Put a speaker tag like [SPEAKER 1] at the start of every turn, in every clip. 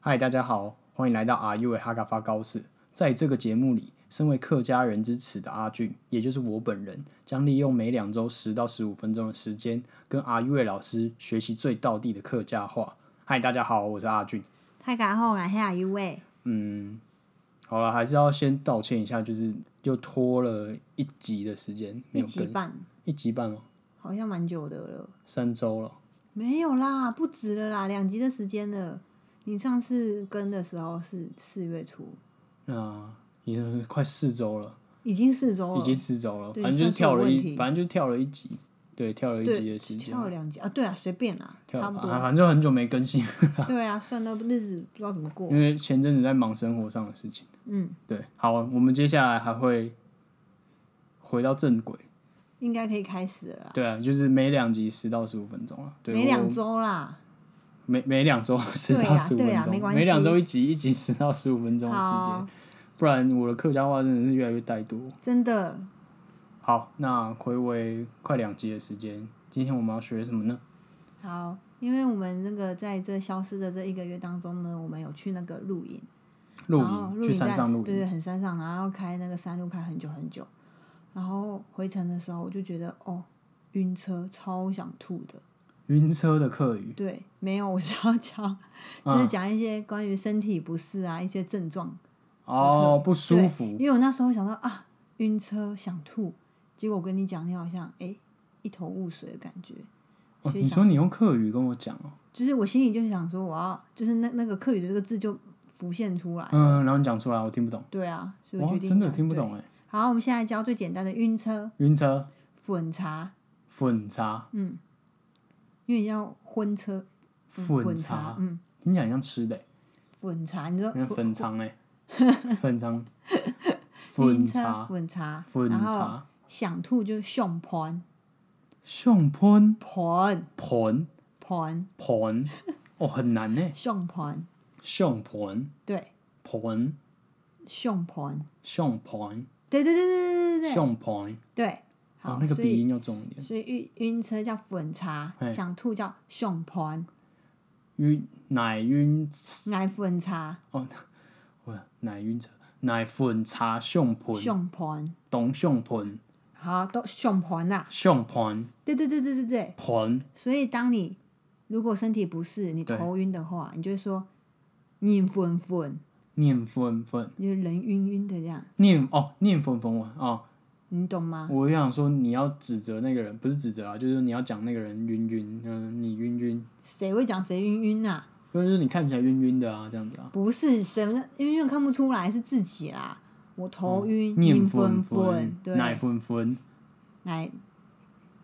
[SPEAKER 1] 嗨，大家好，欢迎来到阿 U 的哈嘎发高士。在这个节目里，身为客家人之耻的阿俊，也就是我本人，将利用每两周十到十五分钟的时间，跟阿 U 的老师学习最道地的客家话。嗨，大家好，我是阿俊。
[SPEAKER 2] 太敢后啊，下一位，
[SPEAKER 1] 好了，还是要先道歉一下，就是又拖了一集的时间，没
[SPEAKER 2] 一
[SPEAKER 1] 有
[SPEAKER 2] 集
[SPEAKER 1] 更
[SPEAKER 2] 半，
[SPEAKER 1] 一集半哦，
[SPEAKER 2] 好像蛮久的了。
[SPEAKER 1] 三周了。
[SPEAKER 2] 没有啦，不止了啦，两集的时间了。你上次跟的时候是四月初，
[SPEAKER 1] 那已经快四周了，
[SPEAKER 2] 已经四周
[SPEAKER 1] 已
[SPEAKER 2] 了，
[SPEAKER 1] 经四周了，
[SPEAKER 2] 对
[SPEAKER 1] 反正就是跳了
[SPEAKER 2] 算是
[SPEAKER 1] 一，
[SPEAKER 2] 有问题
[SPEAKER 1] 反正就跳了一集，对，跳了一集
[SPEAKER 2] 对，
[SPEAKER 1] 的时间
[SPEAKER 2] 跳，了两集啊，对啊，随便啦，
[SPEAKER 1] 跳
[SPEAKER 2] 差 不
[SPEAKER 1] 啊，
[SPEAKER 2] 多。
[SPEAKER 1] 反正很久没更新，
[SPEAKER 2] 对啊，算了，日子不知道怎么过。
[SPEAKER 1] 因为前阵子在忙生活上的事情。
[SPEAKER 2] 嗯，
[SPEAKER 1] 对，好，我们接下来还会回到正轨。
[SPEAKER 2] 应该可以开始了啦，
[SPEAKER 1] 对啊，就是每两集十到十五分钟啊，对，
[SPEAKER 2] 没
[SPEAKER 1] 我
[SPEAKER 2] 两周啦。
[SPEAKER 1] 每每两周十
[SPEAKER 2] 对
[SPEAKER 1] 到
[SPEAKER 2] 啊
[SPEAKER 1] 十五
[SPEAKER 2] 对
[SPEAKER 1] 分
[SPEAKER 2] 啊
[SPEAKER 1] 钟，
[SPEAKER 2] 没关
[SPEAKER 1] 每两
[SPEAKER 2] 系
[SPEAKER 1] 周一集，一集十到十五分钟的时间
[SPEAKER 2] 好，，
[SPEAKER 1] 不然我的客家话真的是越来越怠惰。
[SPEAKER 2] 真的，
[SPEAKER 1] 好，那回为快两集的时间，今天我们要学什么呢？
[SPEAKER 2] 好，因为我们那个在这消失的这一个月当中呢，我们有去那个露营。
[SPEAKER 1] 露
[SPEAKER 2] 然后
[SPEAKER 1] 营，去山
[SPEAKER 2] 在
[SPEAKER 1] 上露
[SPEAKER 2] 对
[SPEAKER 1] 营，
[SPEAKER 2] 对，很山上，然后开那个山路开很久很久，然后回程的时候我就觉得哦，晕车，超想吐的。
[SPEAKER 1] 晕车的客语，
[SPEAKER 2] 对，没有，我是要讲，
[SPEAKER 1] 嗯
[SPEAKER 2] 就是讲一些关于身体不适啊，一些症状。
[SPEAKER 1] 哦，不舒
[SPEAKER 2] 对
[SPEAKER 1] 服，
[SPEAKER 2] 因为我那时候想到啊，晕车想吐，结果我跟你讲，你好像哎一头雾水的感觉，
[SPEAKER 1] 哦
[SPEAKER 2] 所
[SPEAKER 1] 你
[SPEAKER 2] 以想
[SPEAKER 1] 说你用客语跟我讲哦，
[SPEAKER 2] 就是我心里就想说，我要就是那那个课语的这个字就浮现出来。
[SPEAKER 1] 嗯，然后你讲出来，我听不懂，
[SPEAKER 2] 对啊，所以我
[SPEAKER 1] 哇，
[SPEAKER 2] 决定
[SPEAKER 1] 真的
[SPEAKER 2] 讲
[SPEAKER 1] 听不
[SPEAKER 2] 对
[SPEAKER 1] 懂哎，
[SPEAKER 2] 好，我们现在教最简单的晕车、
[SPEAKER 1] 晕车，
[SPEAKER 2] 粉茶，
[SPEAKER 1] 粉茶，
[SPEAKER 2] 嗯因为要昏车、嗯
[SPEAKER 1] 粉
[SPEAKER 2] 茶呃
[SPEAKER 1] 茶，，
[SPEAKER 2] 嗯，
[SPEAKER 1] 听起来很像吃的欸，
[SPEAKER 2] 粉茶，你说
[SPEAKER 1] 很像粉肠哎，粉 肠，
[SPEAKER 2] 晕
[SPEAKER 1] 粉
[SPEAKER 2] 车、
[SPEAKER 1] 茶，
[SPEAKER 2] 粉茶，
[SPEAKER 1] 粉
[SPEAKER 2] 然后
[SPEAKER 1] 茶，
[SPEAKER 2] 想吐就胸盆、
[SPEAKER 1] 上盆
[SPEAKER 2] 盆、
[SPEAKER 1] 盆
[SPEAKER 2] 盆、
[SPEAKER 1] 盆，哦，很难呢，
[SPEAKER 2] 胸盆，
[SPEAKER 1] 上盆
[SPEAKER 2] 对，
[SPEAKER 1] 盆
[SPEAKER 2] 胸盆，
[SPEAKER 1] 上盆
[SPEAKER 2] 对对对对对对对
[SPEAKER 1] 上盆，
[SPEAKER 2] 对，
[SPEAKER 1] 哦
[SPEAKER 2] 好，，
[SPEAKER 1] 那个
[SPEAKER 2] 所
[SPEAKER 1] 鼻
[SPEAKER 2] 以
[SPEAKER 1] 音要重一点，
[SPEAKER 2] 所以晕晕车叫粉茶
[SPEAKER 1] 嘿，
[SPEAKER 2] 想吐叫胸盆，
[SPEAKER 1] 晕奶晕
[SPEAKER 2] 奶粉茶、
[SPEAKER 1] 喂，奶晕车，奶粉茶上盆，
[SPEAKER 2] 胸盆，
[SPEAKER 1] 东上盆，
[SPEAKER 2] 好，都胸盆啦，
[SPEAKER 1] 上盆
[SPEAKER 2] 对对对对对对。
[SPEAKER 1] 盆
[SPEAKER 2] 所以，当你如果身体不适，你
[SPEAKER 1] 对
[SPEAKER 2] 头晕的话，你就会说“念粉粉
[SPEAKER 1] 念粉粉”，
[SPEAKER 2] 就是人晕晕的这样，
[SPEAKER 1] 念哦念粉粉我哦，
[SPEAKER 2] 你懂吗？
[SPEAKER 1] 我想说你要指责那个人，不是指责啊，就是你要讲那个人晕晕，嗯、你晕晕，
[SPEAKER 2] 谁会讲谁晕晕啊？
[SPEAKER 1] 就是你看起来晕晕的啊，这样子啊，
[SPEAKER 2] 不是谁晕晕看不出来是自己啦，我头晕，
[SPEAKER 1] 哦念粉
[SPEAKER 2] 粉粉，对，
[SPEAKER 1] 奶粉粉，
[SPEAKER 2] 来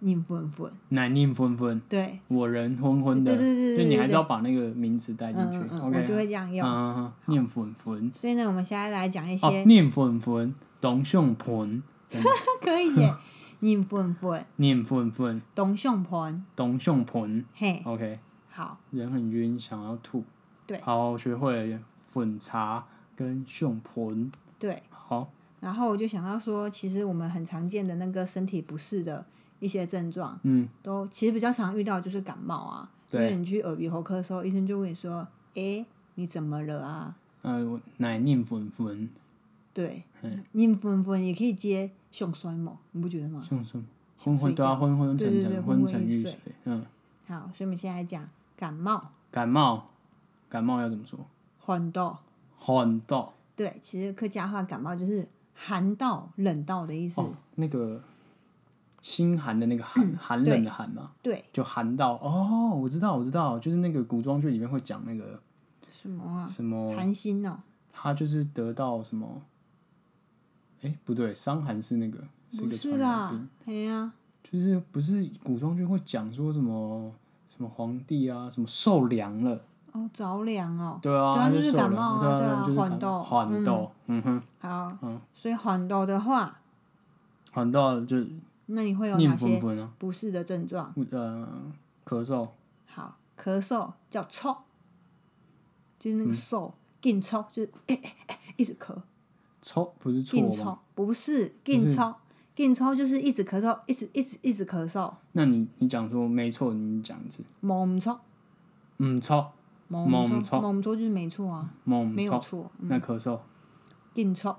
[SPEAKER 2] 念粉粉，
[SPEAKER 1] 奶念粉粉，
[SPEAKER 2] 对，
[SPEAKER 1] 我人昏昏的，
[SPEAKER 2] 对对对对对
[SPEAKER 1] 就你还是要把那个名词带进
[SPEAKER 2] 嗯
[SPEAKER 1] 去、
[SPEAKER 2] 嗯嗯，
[SPEAKER 1] o k
[SPEAKER 2] 我就会这样
[SPEAKER 1] 嗯
[SPEAKER 2] 用。
[SPEAKER 1] 嗯嗯念粉粉，
[SPEAKER 2] 所以呢，我们现在来讲一
[SPEAKER 1] 哦
[SPEAKER 2] 些，
[SPEAKER 1] 念粉粉，东上盆，嗯
[SPEAKER 2] 可以耶，念粉粉，
[SPEAKER 1] 念粉粉。
[SPEAKER 2] 东胸盆，
[SPEAKER 1] 董胸盆
[SPEAKER 2] 嘿，
[SPEAKER 1] ，OK，
[SPEAKER 2] 好，
[SPEAKER 1] 人很晕，想要吐。
[SPEAKER 2] 对
[SPEAKER 1] 好，我学会了粉茶跟胸盆。
[SPEAKER 2] 对。
[SPEAKER 1] 好，
[SPEAKER 2] 然后我就想到说，其实我们很常见的那个身体不适的一些症状，
[SPEAKER 1] 嗯，
[SPEAKER 2] 都其实比较常遇到就是感冒啊。因
[SPEAKER 1] 对
[SPEAKER 2] 为你去耳鼻喉科的时候，医生就问你说：“诶，你怎么了啊
[SPEAKER 1] 呃，我奶念粉粉，？”
[SPEAKER 2] 对，你昏昏也可以接胸衰嘛，你不觉得吗？
[SPEAKER 1] 胸胸
[SPEAKER 2] 想
[SPEAKER 1] 昏昏，对啊，
[SPEAKER 2] 睡觉
[SPEAKER 1] 昏昏沉
[SPEAKER 2] 对对对
[SPEAKER 1] 沉，
[SPEAKER 2] 昏昏
[SPEAKER 1] 沉
[SPEAKER 2] 欲
[SPEAKER 1] 欲
[SPEAKER 2] 睡
[SPEAKER 1] 睡。嗯，
[SPEAKER 2] 好，所以我们现在讲感冒、
[SPEAKER 1] 感冒，感冒要怎么说？
[SPEAKER 2] 黄到，
[SPEAKER 1] 很到
[SPEAKER 2] 对，其实客家话感冒就是寒到、冷到的意思。嗯
[SPEAKER 1] 哦，那个心寒的那个寒，寒冷的寒嘛，
[SPEAKER 2] 对，
[SPEAKER 1] 就寒到哦，我知道，我知道，就是那个古装剧里面会讲那个
[SPEAKER 2] 什么啊？
[SPEAKER 1] 什么
[SPEAKER 2] 寒心哦，
[SPEAKER 1] 他就是得到什么？哎、不对，伤寒是那个是一
[SPEAKER 2] 不
[SPEAKER 1] 个
[SPEAKER 2] 是
[SPEAKER 1] 传染病，
[SPEAKER 2] 啦，嘿呀、
[SPEAKER 1] 就是不是古装剧会讲说什么什么皇帝啊，什么受凉了，
[SPEAKER 2] 哦，着凉哦。
[SPEAKER 1] 对啊，
[SPEAKER 2] 对啊
[SPEAKER 1] 他
[SPEAKER 2] 就是
[SPEAKER 1] 受
[SPEAKER 2] 感
[SPEAKER 1] 凉
[SPEAKER 2] 冒啊
[SPEAKER 1] 对
[SPEAKER 2] 对
[SPEAKER 1] 啊
[SPEAKER 2] 啊，
[SPEAKER 1] 就是
[SPEAKER 2] 缓
[SPEAKER 1] 感
[SPEAKER 2] 痘
[SPEAKER 1] 缓痘，嗯哼，
[SPEAKER 2] 好，所以黄到的话，
[SPEAKER 1] 缓痘就是
[SPEAKER 2] 那你会有哪
[SPEAKER 1] 念粉
[SPEAKER 2] 些
[SPEAKER 1] 粉啊，
[SPEAKER 2] 不适的症状？
[SPEAKER 1] 呃，咳嗽，
[SPEAKER 2] 好，咳嗽叫抽，就是那
[SPEAKER 1] 嗯
[SPEAKER 2] 个嗽，劲抽，就是哎哎哎，一直咳，
[SPEAKER 1] 抽不是错
[SPEAKER 2] 劲
[SPEAKER 1] 吗？
[SPEAKER 2] 抽，不是劲抽，劲抽就是一直咳嗽，一直一直一直咳嗽，
[SPEAKER 1] 那你你讲说没错，你讲一次，
[SPEAKER 2] 猛抽，
[SPEAKER 1] 嗯，抽
[SPEAKER 2] 猛
[SPEAKER 1] 猛
[SPEAKER 2] 抽
[SPEAKER 1] 抽
[SPEAKER 2] 猛抽就是没错啊，
[SPEAKER 1] 猛
[SPEAKER 2] 没有
[SPEAKER 1] 臭，
[SPEAKER 2] 错，嗯
[SPEAKER 1] 那咳嗽
[SPEAKER 2] 硬抽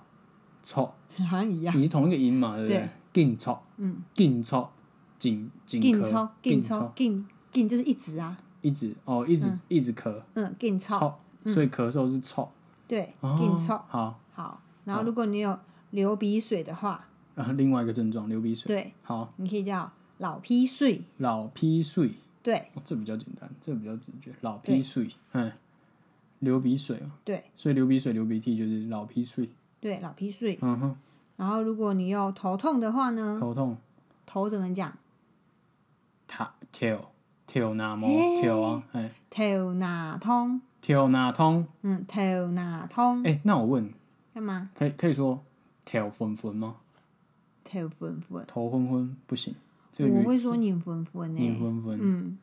[SPEAKER 1] 臭，
[SPEAKER 2] 好像一样，
[SPEAKER 1] 你是同一个音嘛，对不对？劲臭，嗯，劲臭，紧紧
[SPEAKER 2] 硬抽
[SPEAKER 1] 咳，劲
[SPEAKER 2] 硬抽硬硬就是一直啊，
[SPEAKER 1] 一直哦，一直一直咳，
[SPEAKER 2] 嗯，硬抽
[SPEAKER 1] 臭，所以咳嗽是臭，
[SPEAKER 2] 对，
[SPEAKER 1] 哦
[SPEAKER 2] 硬抽
[SPEAKER 1] 好，
[SPEAKER 2] 好。然后如果你有流鼻水的话，
[SPEAKER 1] 呃，另外一个症状流鼻水，
[SPEAKER 2] 对，
[SPEAKER 1] 好，
[SPEAKER 2] 你可以叫老砒水，
[SPEAKER 1] 老砒水，
[SPEAKER 2] 对
[SPEAKER 1] 哦，这比较简单，这比较直觉，老
[SPEAKER 2] 对
[SPEAKER 1] 砒水，嗯，流鼻水哦，
[SPEAKER 2] 对
[SPEAKER 1] 所以流鼻水、流鼻涕就是老砒水，
[SPEAKER 2] 对，嗯老砒水。
[SPEAKER 1] 嗯哼，
[SPEAKER 2] 然后如果你有头痛的话呢，
[SPEAKER 1] 头痛，
[SPEAKER 2] 头怎么讲
[SPEAKER 1] 他 tail tail 那么
[SPEAKER 2] 嘿
[SPEAKER 1] tail 啊，哎
[SPEAKER 2] 头哪通，
[SPEAKER 1] tail 那通，
[SPEAKER 2] 嗯，头哪通，
[SPEAKER 1] 哎，那我问，
[SPEAKER 2] 干嘛？
[SPEAKER 1] 可以可以说 tail 粉粉吗？
[SPEAKER 2] 头粉粉，
[SPEAKER 1] 头昏昏不行，这个
[SPEAKER 2] 我
[SPEAKER 1] 语
[SPEAKER 2] 会说你粉粉呢、
[SPEAKER 1] 你昏昏，
[SPEAKER 2] 嗯，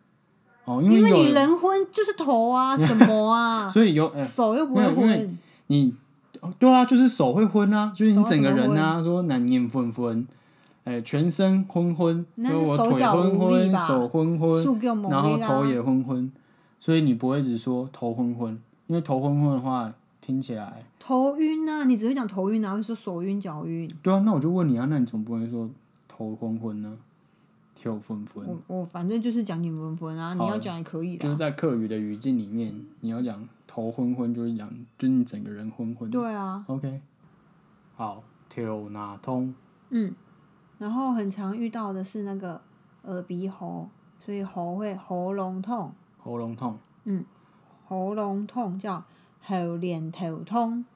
[SPEAKER 1] 哦，因
[SPEAKER 2] 因为
[SPEAKER 1] 为
[SPEAKER 2] 你
[SPEAKER 1] 有人，
[SPEAKER 2] 人昏就是头啊，什 么啊，
[SPEAKER 1] 所以有，哎，
[SPEAKER 2] 手又不会
[SPEAKER 1] 没有因为
[SPEAKER 2] 昏，
[SPEAKER 1] 你，哦对啊，就是手会昏啊，就是
[SPEAKER 2] 手
[SPEAKER 1] 你
[SPEAKER 2] 怎
[SPEAKER 1] 整个
[SPEAKER 2] 么
[SPEAKER 1] 人啊，说难念昏昏，哎，全身昏昏，
[SPEAKER 2] 那
[SPEAKER 1] 就是我
[SPEAKER 2] 手
[SPEAKER 1] 腿
[SPEAKER 2] 脚
[SPEAKER 1] 昏
[SPEAKER 2] 无力
[SPEAKER 1] 昏，
[SPEAKER 2] 吧
[SPEAKER 1] 手昏昏，
[SPEAKER 2] 速够猛
[SPEAKER 1] 然后
[SPEAKER 2] 力啊
[SPEAKER 1] 头
[SPEAKER 2] 啦。
[SPEAKER 1] 也昏昏，所以你不会只说头昏昏，因为头昏昏的话听起来，
[SPEAKER 2] 头晕啊，你只会讲头晕，然后会说手晕脚晕。
[SPEAKER 1] 对啊，那我就问你啊，那你怎么不会说头昏昏呢？头昏昏，
[SPEAKER 2] 我我反正就是讲你昏昏啊，你
[SPEAKER 1] 好
[SPEAKER 2] 要讲也可以
[SPEAKER 1] 就是
[SPEAKER 2] 的。
[SPEAKER 1] 在客语的语境里面，你要讲头昏昏，就是讲就是你整个人昏昏。
[SPEAKER 2] 对啊，
[SPEAKER 1] OK，好，头哪通？
[SPEAKER 2] 然后很常遇到的是那个耳鼻喉，所以喉会喉咙痛，
[SPEAKER 1] 喉咙痛
[SPEAKER 2] 喉咙痛叫喉脸头痛，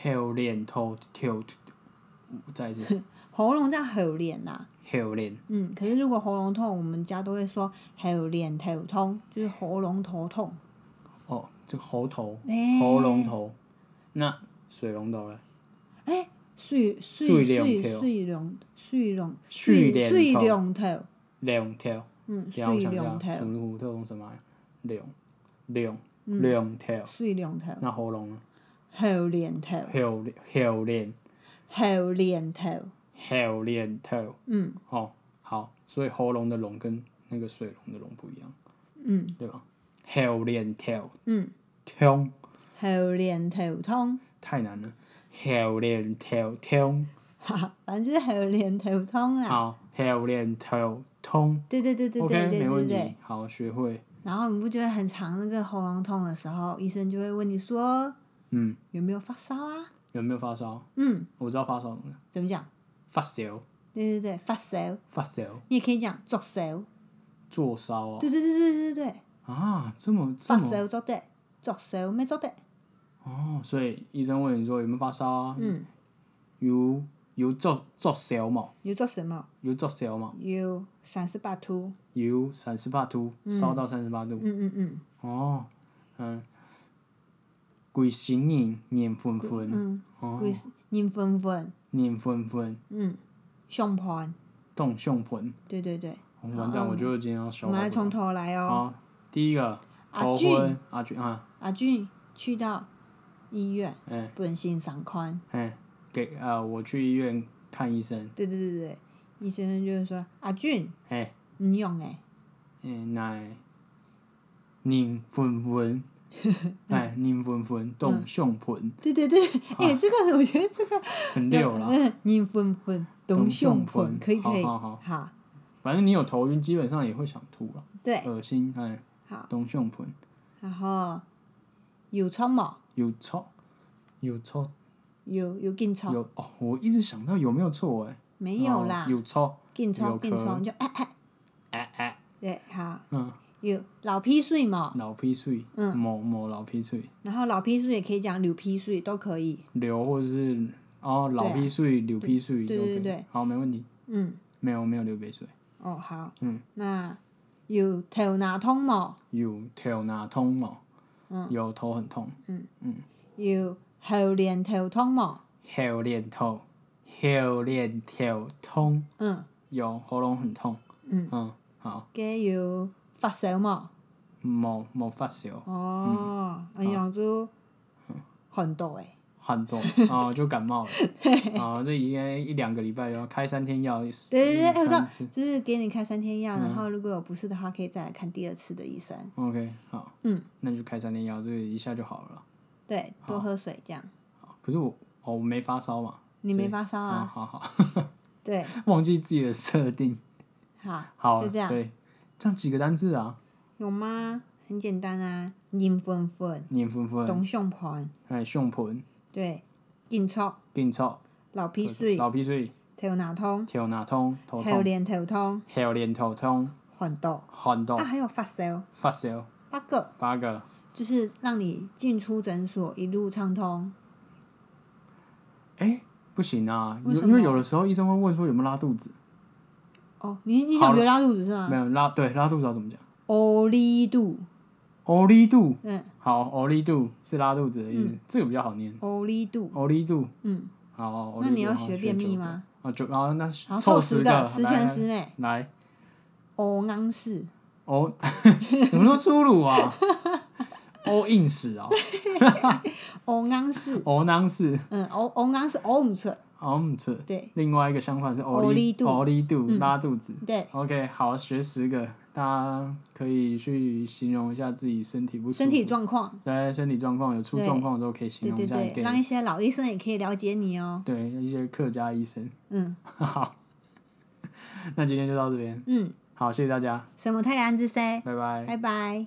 [SPEAKER 1] ，hell 脸头头，再一 次
[SPEAKER 2] 喉咙叫喉脸呐、啊
[SPEAKER 1] hell 脸
[SPEAKER 2] 嗯，可是如果喉咙痛，我们家都会说喉脸头痛，就是喉咙头痛。
[SPEAKER 1] 哦，这个喉头，
[SPEAKER 2] 哎
[SPEAKER 1] 喉咙头，那水龙头嘞？
[SPEAKER 2] 水
[SPEAKER 1] 水
[SPEAKER 2] 水
[SPEAKER 1] 龙
[SPEAKER 2] 水
[SPEAKER 1] 头
[SPEAKER 2] 水龙水龙
[SPEAKER 1] 水
[SPEAKER 2] 水
[SPEAKER 1] 龙
[SPEAKER 2] 水
[SPEAKER 1] 头
[SPEAKER 2] 龙头，
[SPEAKER 1] 两条，
[SPEAKER 2] 嗯，
[SPEAKER 1] 然后
[SPEAKER 2] 水
[SPEAKER 1] 想一
[SPEAKER 2] 龙
[SPEAKER 1] 下，
[SPEAKER 2] 头，
[SPEAKER 1] 属虎特用什么来？两两
[SPEAKER 2] 嗯
[SPEAKER 1] 两条，
[SPEAKER 2] 水龙头，
[SPEAKER 1] 那喉咙呢？
[SPEAKER 2] 喉脸头，
[SPEAKER 1] 喉喉脸
[SPEAKER 2] 喉脸头，
[SPEAKER 1] 喉脸头，
[SPEAKER 2] 嗯
[SPEAKER 1] 哦，好，所以喉咙的龙跟那个水龙的龙不一样，
[SPEAKER 2] 嗯
[SPEAKER 1] 对吧？喉脸头，
[SPEAKER 2] 嗯，
[SPEAKER 1] 通
[SPEAKER 2] 喉脸头痛，
[SPEAKER 1] 太难了，喉脸头通。
[SPEAKER 2] 哈哈， 反正就是喉脸头痛啊。
[SPEAKER 1] 好，有点头痛。
[SPEAKER 2] 对对对对对
[SPEAKER 1] OK，
[SPEAKER 2] 对
[SPEAKER 1] 没
[SPEAKER 2] 对
[SPEAKER 1] 问题
[SPEAKER 2] 对。。
[SPEAKER 1] 好，学会。
[SPEAKER 2] 然后你不觉得很长那个喉咙痛的时候，医生就会问你说
[SPEAKER 1] 嗯，
[SPEAKER 2] 有没有发烧啊？
[SPEAKER 1] 有没有发烧？
[SPEAKER 2] 嗯，
[SPEAKER 1] 我知道发烧怎么样，
[SPEAKER 2] 怎么讲？
[SPEAKER 1] 发烧，
[SPEAKER 2] 对对对，发烧，
[SPEAKER 1] 发烧，
[SPEAKER 2] 你也可以讲作烧。
[SPEAKER 1] 做烧哦。
[SPEAKER 2] 对对对对对对，
[SPEAKER 1] 啊，这么这
[SPEAKER 2] 发
[SPEAKER 1] 么
[SPEAKER 2] 烧作对，作烧咩作对？
[SPEAKER 1] 哦，所以医生问你说有没有发烧啊？
[SPEAKER 2] 嗯，
[SPEAKER 1] 有有做做烧嘛？
[SPEAKER 2] 有做什么？
[SPEAKER 1] 有做烧嘛？
[SPEAKER 2] 有三十八度。
[SPEAKER 1] 有三十八度，
[SPEAKER 2] 嗯
[SPEAKER 1] 烧到三十八度。
[SPEAKER 2] 嗯嗯嗯
[SPEAKER 1] 哦，嗯，鬼神眼眼昏昏，哦
[SPEAKER 2] 嗯，规人分分，
[SPEAKER 1] 眼昏昏，
[SPEAKER 2] 嗯，胸盘，
[SPEAKER 1] 动胸盆。
[SPEAKER 2] 对对对，
[SPEAKER 1] 哦完蛋，我觉得今天要
[SPEAKER 2] 嗯我
[SPEAKER 1] 消
[SPEAKER 2] 们
[SPEAKER 1] 化
[SPEAKER 2] 来
[SPEAKER 1] 不
[SPEAKER 2] 从头来哦。
[SPEAKER 1] 好，第一个
[SPEAKER 2] 阿
[SPEAKER 1] 头
[SPEAKER 2] 俊
[SPEAKER 1] 昏阿俊啊，
[SPEAKER 2] 阿俊去到医院，
[SPEAKER 1] 嗯
[SPEAKER 2] 本性伤宽。
[SPEAKER 1] 嗯，给呃，我去医院看医生，
[SPEAKER 2] 对对对对，医生就是说阿俊，
[SPEAKER 1] 哎
[SPEAKER 2] 你用欸诶，
[SPEAKER 1] 嗯，奶拧粉粉， 哎拧粉粉
[SPEAKER 2] 嗯
[SPEAKER 1] 动胸盆，
[SPEAKER 2] 对对对，哎、这个我觉得这个
[SPEAKER 1] 很 溜啦。
[SPEAKER 2] 嗯，你分分懂
[SPEAKER 1] 懂胸
[SPEAKER 2] 胸
[SPEAKER 1] 盆
[SPEAKER 2] 盆，可以可以，
[SPEAKER 1] 好好
[SPEAKER 2] 好
[SPEAKER 1] 反正你有头晕，基本上也会想吐了，
[SPEAKER 2] 对，
[SPEAKER 1] 恶心哎，
[SPEAKER 2] 好，
[SPEAKER 1] 动胸盆
[SPEAKER 2] 然后有冲冇？
[SPEAKER 1] 有错有错
[SPEAKER 2] 有有劲冲？
[SPEAKER 1] 有哦，我一直想到有没有错哎，
[SPEAKER 2] 没有啦
[SPEAKER 1] 哦，有错，
[SPEAKER 2] 劲
[SPEAKER 1] 有
[SPEAKER 2] 冲劲
[SPEAKER 1] 咳
[SPEAKER 2] 冲就哎哎，
[SPEAKER 1] 哎哎，
[SPEAKER 2] 对，好，
[SPEAKER 1] 嗯，
[SPEAKER 2] 有老砒水冇？
[SPEAKER 1] 老砒水，嗯，某某老砒水。
[SPEAKER 2] 然后老砒水也可以讲流砒水都可以，
[SPEAKER 1] 流或者是哦老
[SPEAKER 2] 对啊
[SPEAKER 1] 砒水、流砒水
[SPEAKER 2] 对
[SPEAKER 1] 都可
[SPEAKER 2] 对
[SPEAKER 1] 以。
[SPEAKER 2] 对对
[SPEAKER 1] 好，没问题。
[SPEAKER 2] 嗯，
[SPEAKER 1] 没有没有流鼻水，
[SPEAKER 2] 哦好，
[SPEAKER 1] 嗯，
[SPEAKER 2] 那有头哪通冇？
[SPEAKER 1] 有头哪痛哦，
[SPEAKER 2] 哦嗯
[SPEAKER 1] 有头很痛，
[SPEAKER 2] 有后脸头痛冇？
[SPEAKER 1] 后脸头，后脸头痛，
[SPEAKER 2] 嗯，
[SPEAKER 1] 有喉咙很痛，
[SPEAKER 2] 嗯
[SPEAKER 1] 好，
[SPEAKER 2] 加有发烧冇？
[SPEAKER 1] 冇冇发烧，嗯
[SPEAKER 2] 哦，哎呀，就很多诶，
[SPEAKER 1] 汗 痛啊，就感冒了啊，这已经一两个礼拜了，开三天药，
[SPEAKER 2] 对对对，我
[SPEAKER 1] 三
[SPEAKER 2] 说就是给你开三天
[SPEAKER 1] 嗯
[SPEAKER 2] 药，然后如果有不适的话，可以再来看第二次的医生。
[SPEAKER 1] OK，好，嗯，那就开三天药，这个一下就好了啦。
[SPEAKER 2] 对，多喝水这样。
[SPEAKER 1] 好可是我哦，我没发烧嘛，
[SPEAKER 2] 你没发烧啊？
[SPEAKER 1] 啊，好好，
[SPEAKER 2] 对，
[SPEAKER 1] 忘记自己的设定，
[SPEAKER 2] 好，
[SPEAKER 1] 好，
[SPEAKER 2] 就这样，
[SPEAKER 1] 对，这样几个单字啊，
[SPEAKER 2] 有吗？很简单啊，
[SPEAKER 1] 嗯
[SPEAKER 2] 阴粉粉，
[SPEAKER 1] 年份分，
[SPEAKER 2] 董相盘，
[SPEAKER 1] 哎，胸盆，
[SPEAKER 2] 对，硬臭，
[SPEAKER 1] 定臭，
[SPEAKER 2] 老皮水，
[SPEAKER 1] 老皮水，
[SPEAKER 2] 头脑痛，
[SPEAKER 1] 头哪痛，头
[SPEAKER 2] 还有
[SPEAKER 1] 痛，
[SPEAKER 2] 连头痛，
[SPEAKER 1] 还有脸头痛，
[SPEAKER 2] 反斗，
[SPEAKER 1] 汗
[SPEAKER 2] 啊，
[SPEAKER 1] 痛，
[SPEAKER 2] 还有发烧，
[SPEAKER 1] 发烧，
[SPEAKER 2] 八个，
[SPEAKER 1] 八个，
[SPEAKER 2] 就是让你进出诊所一路畅通。
[SPEAKER 1] 哎、不行啊，
[SPEAKER 2] 为
[SPEAKER 1] 有
[SPEAKER 2] 什
[SPEAKER 1] 因为
[SPEAKER 2] 么
[SPEAKER 1] 有的时候医生会问说有没有拉肚子，
[SPEAKER 2] 哦，你你想流拉肚子是吗
[SPEAKER 1] 没？有拉，对，拉肚子要怎么讲？
[SPEAKER 2] 欧力度，
[SPEAKER 1] 欧力度，
[SPEAKER 2] 嗯，
[SPEAKER 1] 好，欧力度是拉肚子的意思，这个比较好念，
[SPEAKER 2] 欧力度，
[SPEAKER 1] 欧力度，
[SPEAKER 2] 嗯，
[SPEAKER 1] 好，欧力
[SPEAKER 2] 那
[SPEAKER 1] 度
[SPEAKER 2] 你要
[SPEAKER 1] 好
[SPEAKER 2] 学便
[SPEAKER 1] 九
[SPEAKER 2] 秘
[SPEAKER 1] 个
[SPEAKER 2] 吗？
[SPEAKER 1] 啊，就然后那
[SPEAKER 2] 然后
[SPEAKER 1] 凑
[SPEAKER 2] 凑
[SPEAKER 1] 十
[SPEAKER 2] 个，
[SPEAKER 1] 个，
[SPEAKER 2] 十
[SPEAKER 1] 来
[SPEAKER 2] 全
[SPEAKER 1] 来
[SPEAKER 2] 十美，
[SPEAKER 1] 来，
[SPEAKER 2] 欧昂氏，
[SPEAKER 1] 哦，怎么说粗鲁啊？欧硬死啊，
[SPEAKER 2] 欧昂氏，
[SPEAKER 1] 欧囊是，
[SPEAKER 2] 嗯，欧欧昂氏，欧唔出，
[SPEAKER 1] 哦唔错。
[SPEAKER 2] 对
[SPEAKER 1] 另外一个相反是
[SPEAKER 2] 欧
[SPEAKER 1] 欧
[SPEAKER 2] 哦力度嗯
[SPEAKER 1] 欧力度拉肚子。
[SPEAKER 2] 对，
[SPEAKER 1] OK，好，学十个，大家可以去形容一下自己身体不舒服，
[SPEAKER 2] 身体状况，
[SPEAKER 1] 在身体状况有出
[SPEAKER 2] 对
[SPEAKER 1] 状况的时候可以形容
[SPEAKER 2] 对
[SPEAKER 1] 一
[SPEAKER 2] 对
[SPEAKER 1] 下，
[SPEAKER 2] 对，
[SPEAKER 1] 给
[SPEAKER 2] 让一些老医生也可以了解你哦，
[SPEAKER 1] 对一些客家医生。
[SPEAKER 2] 嗯
[SPEAKER 1] 好，那今天就到这边，
[SPEAKER 2] 嗯，
[SPEAKER 1] 好，谢谢大家，
[SPEAKER 2] 什么太阳之 C，
[SPEAKER 1] 拜拜。
[SPEAKER 2] 拜拜。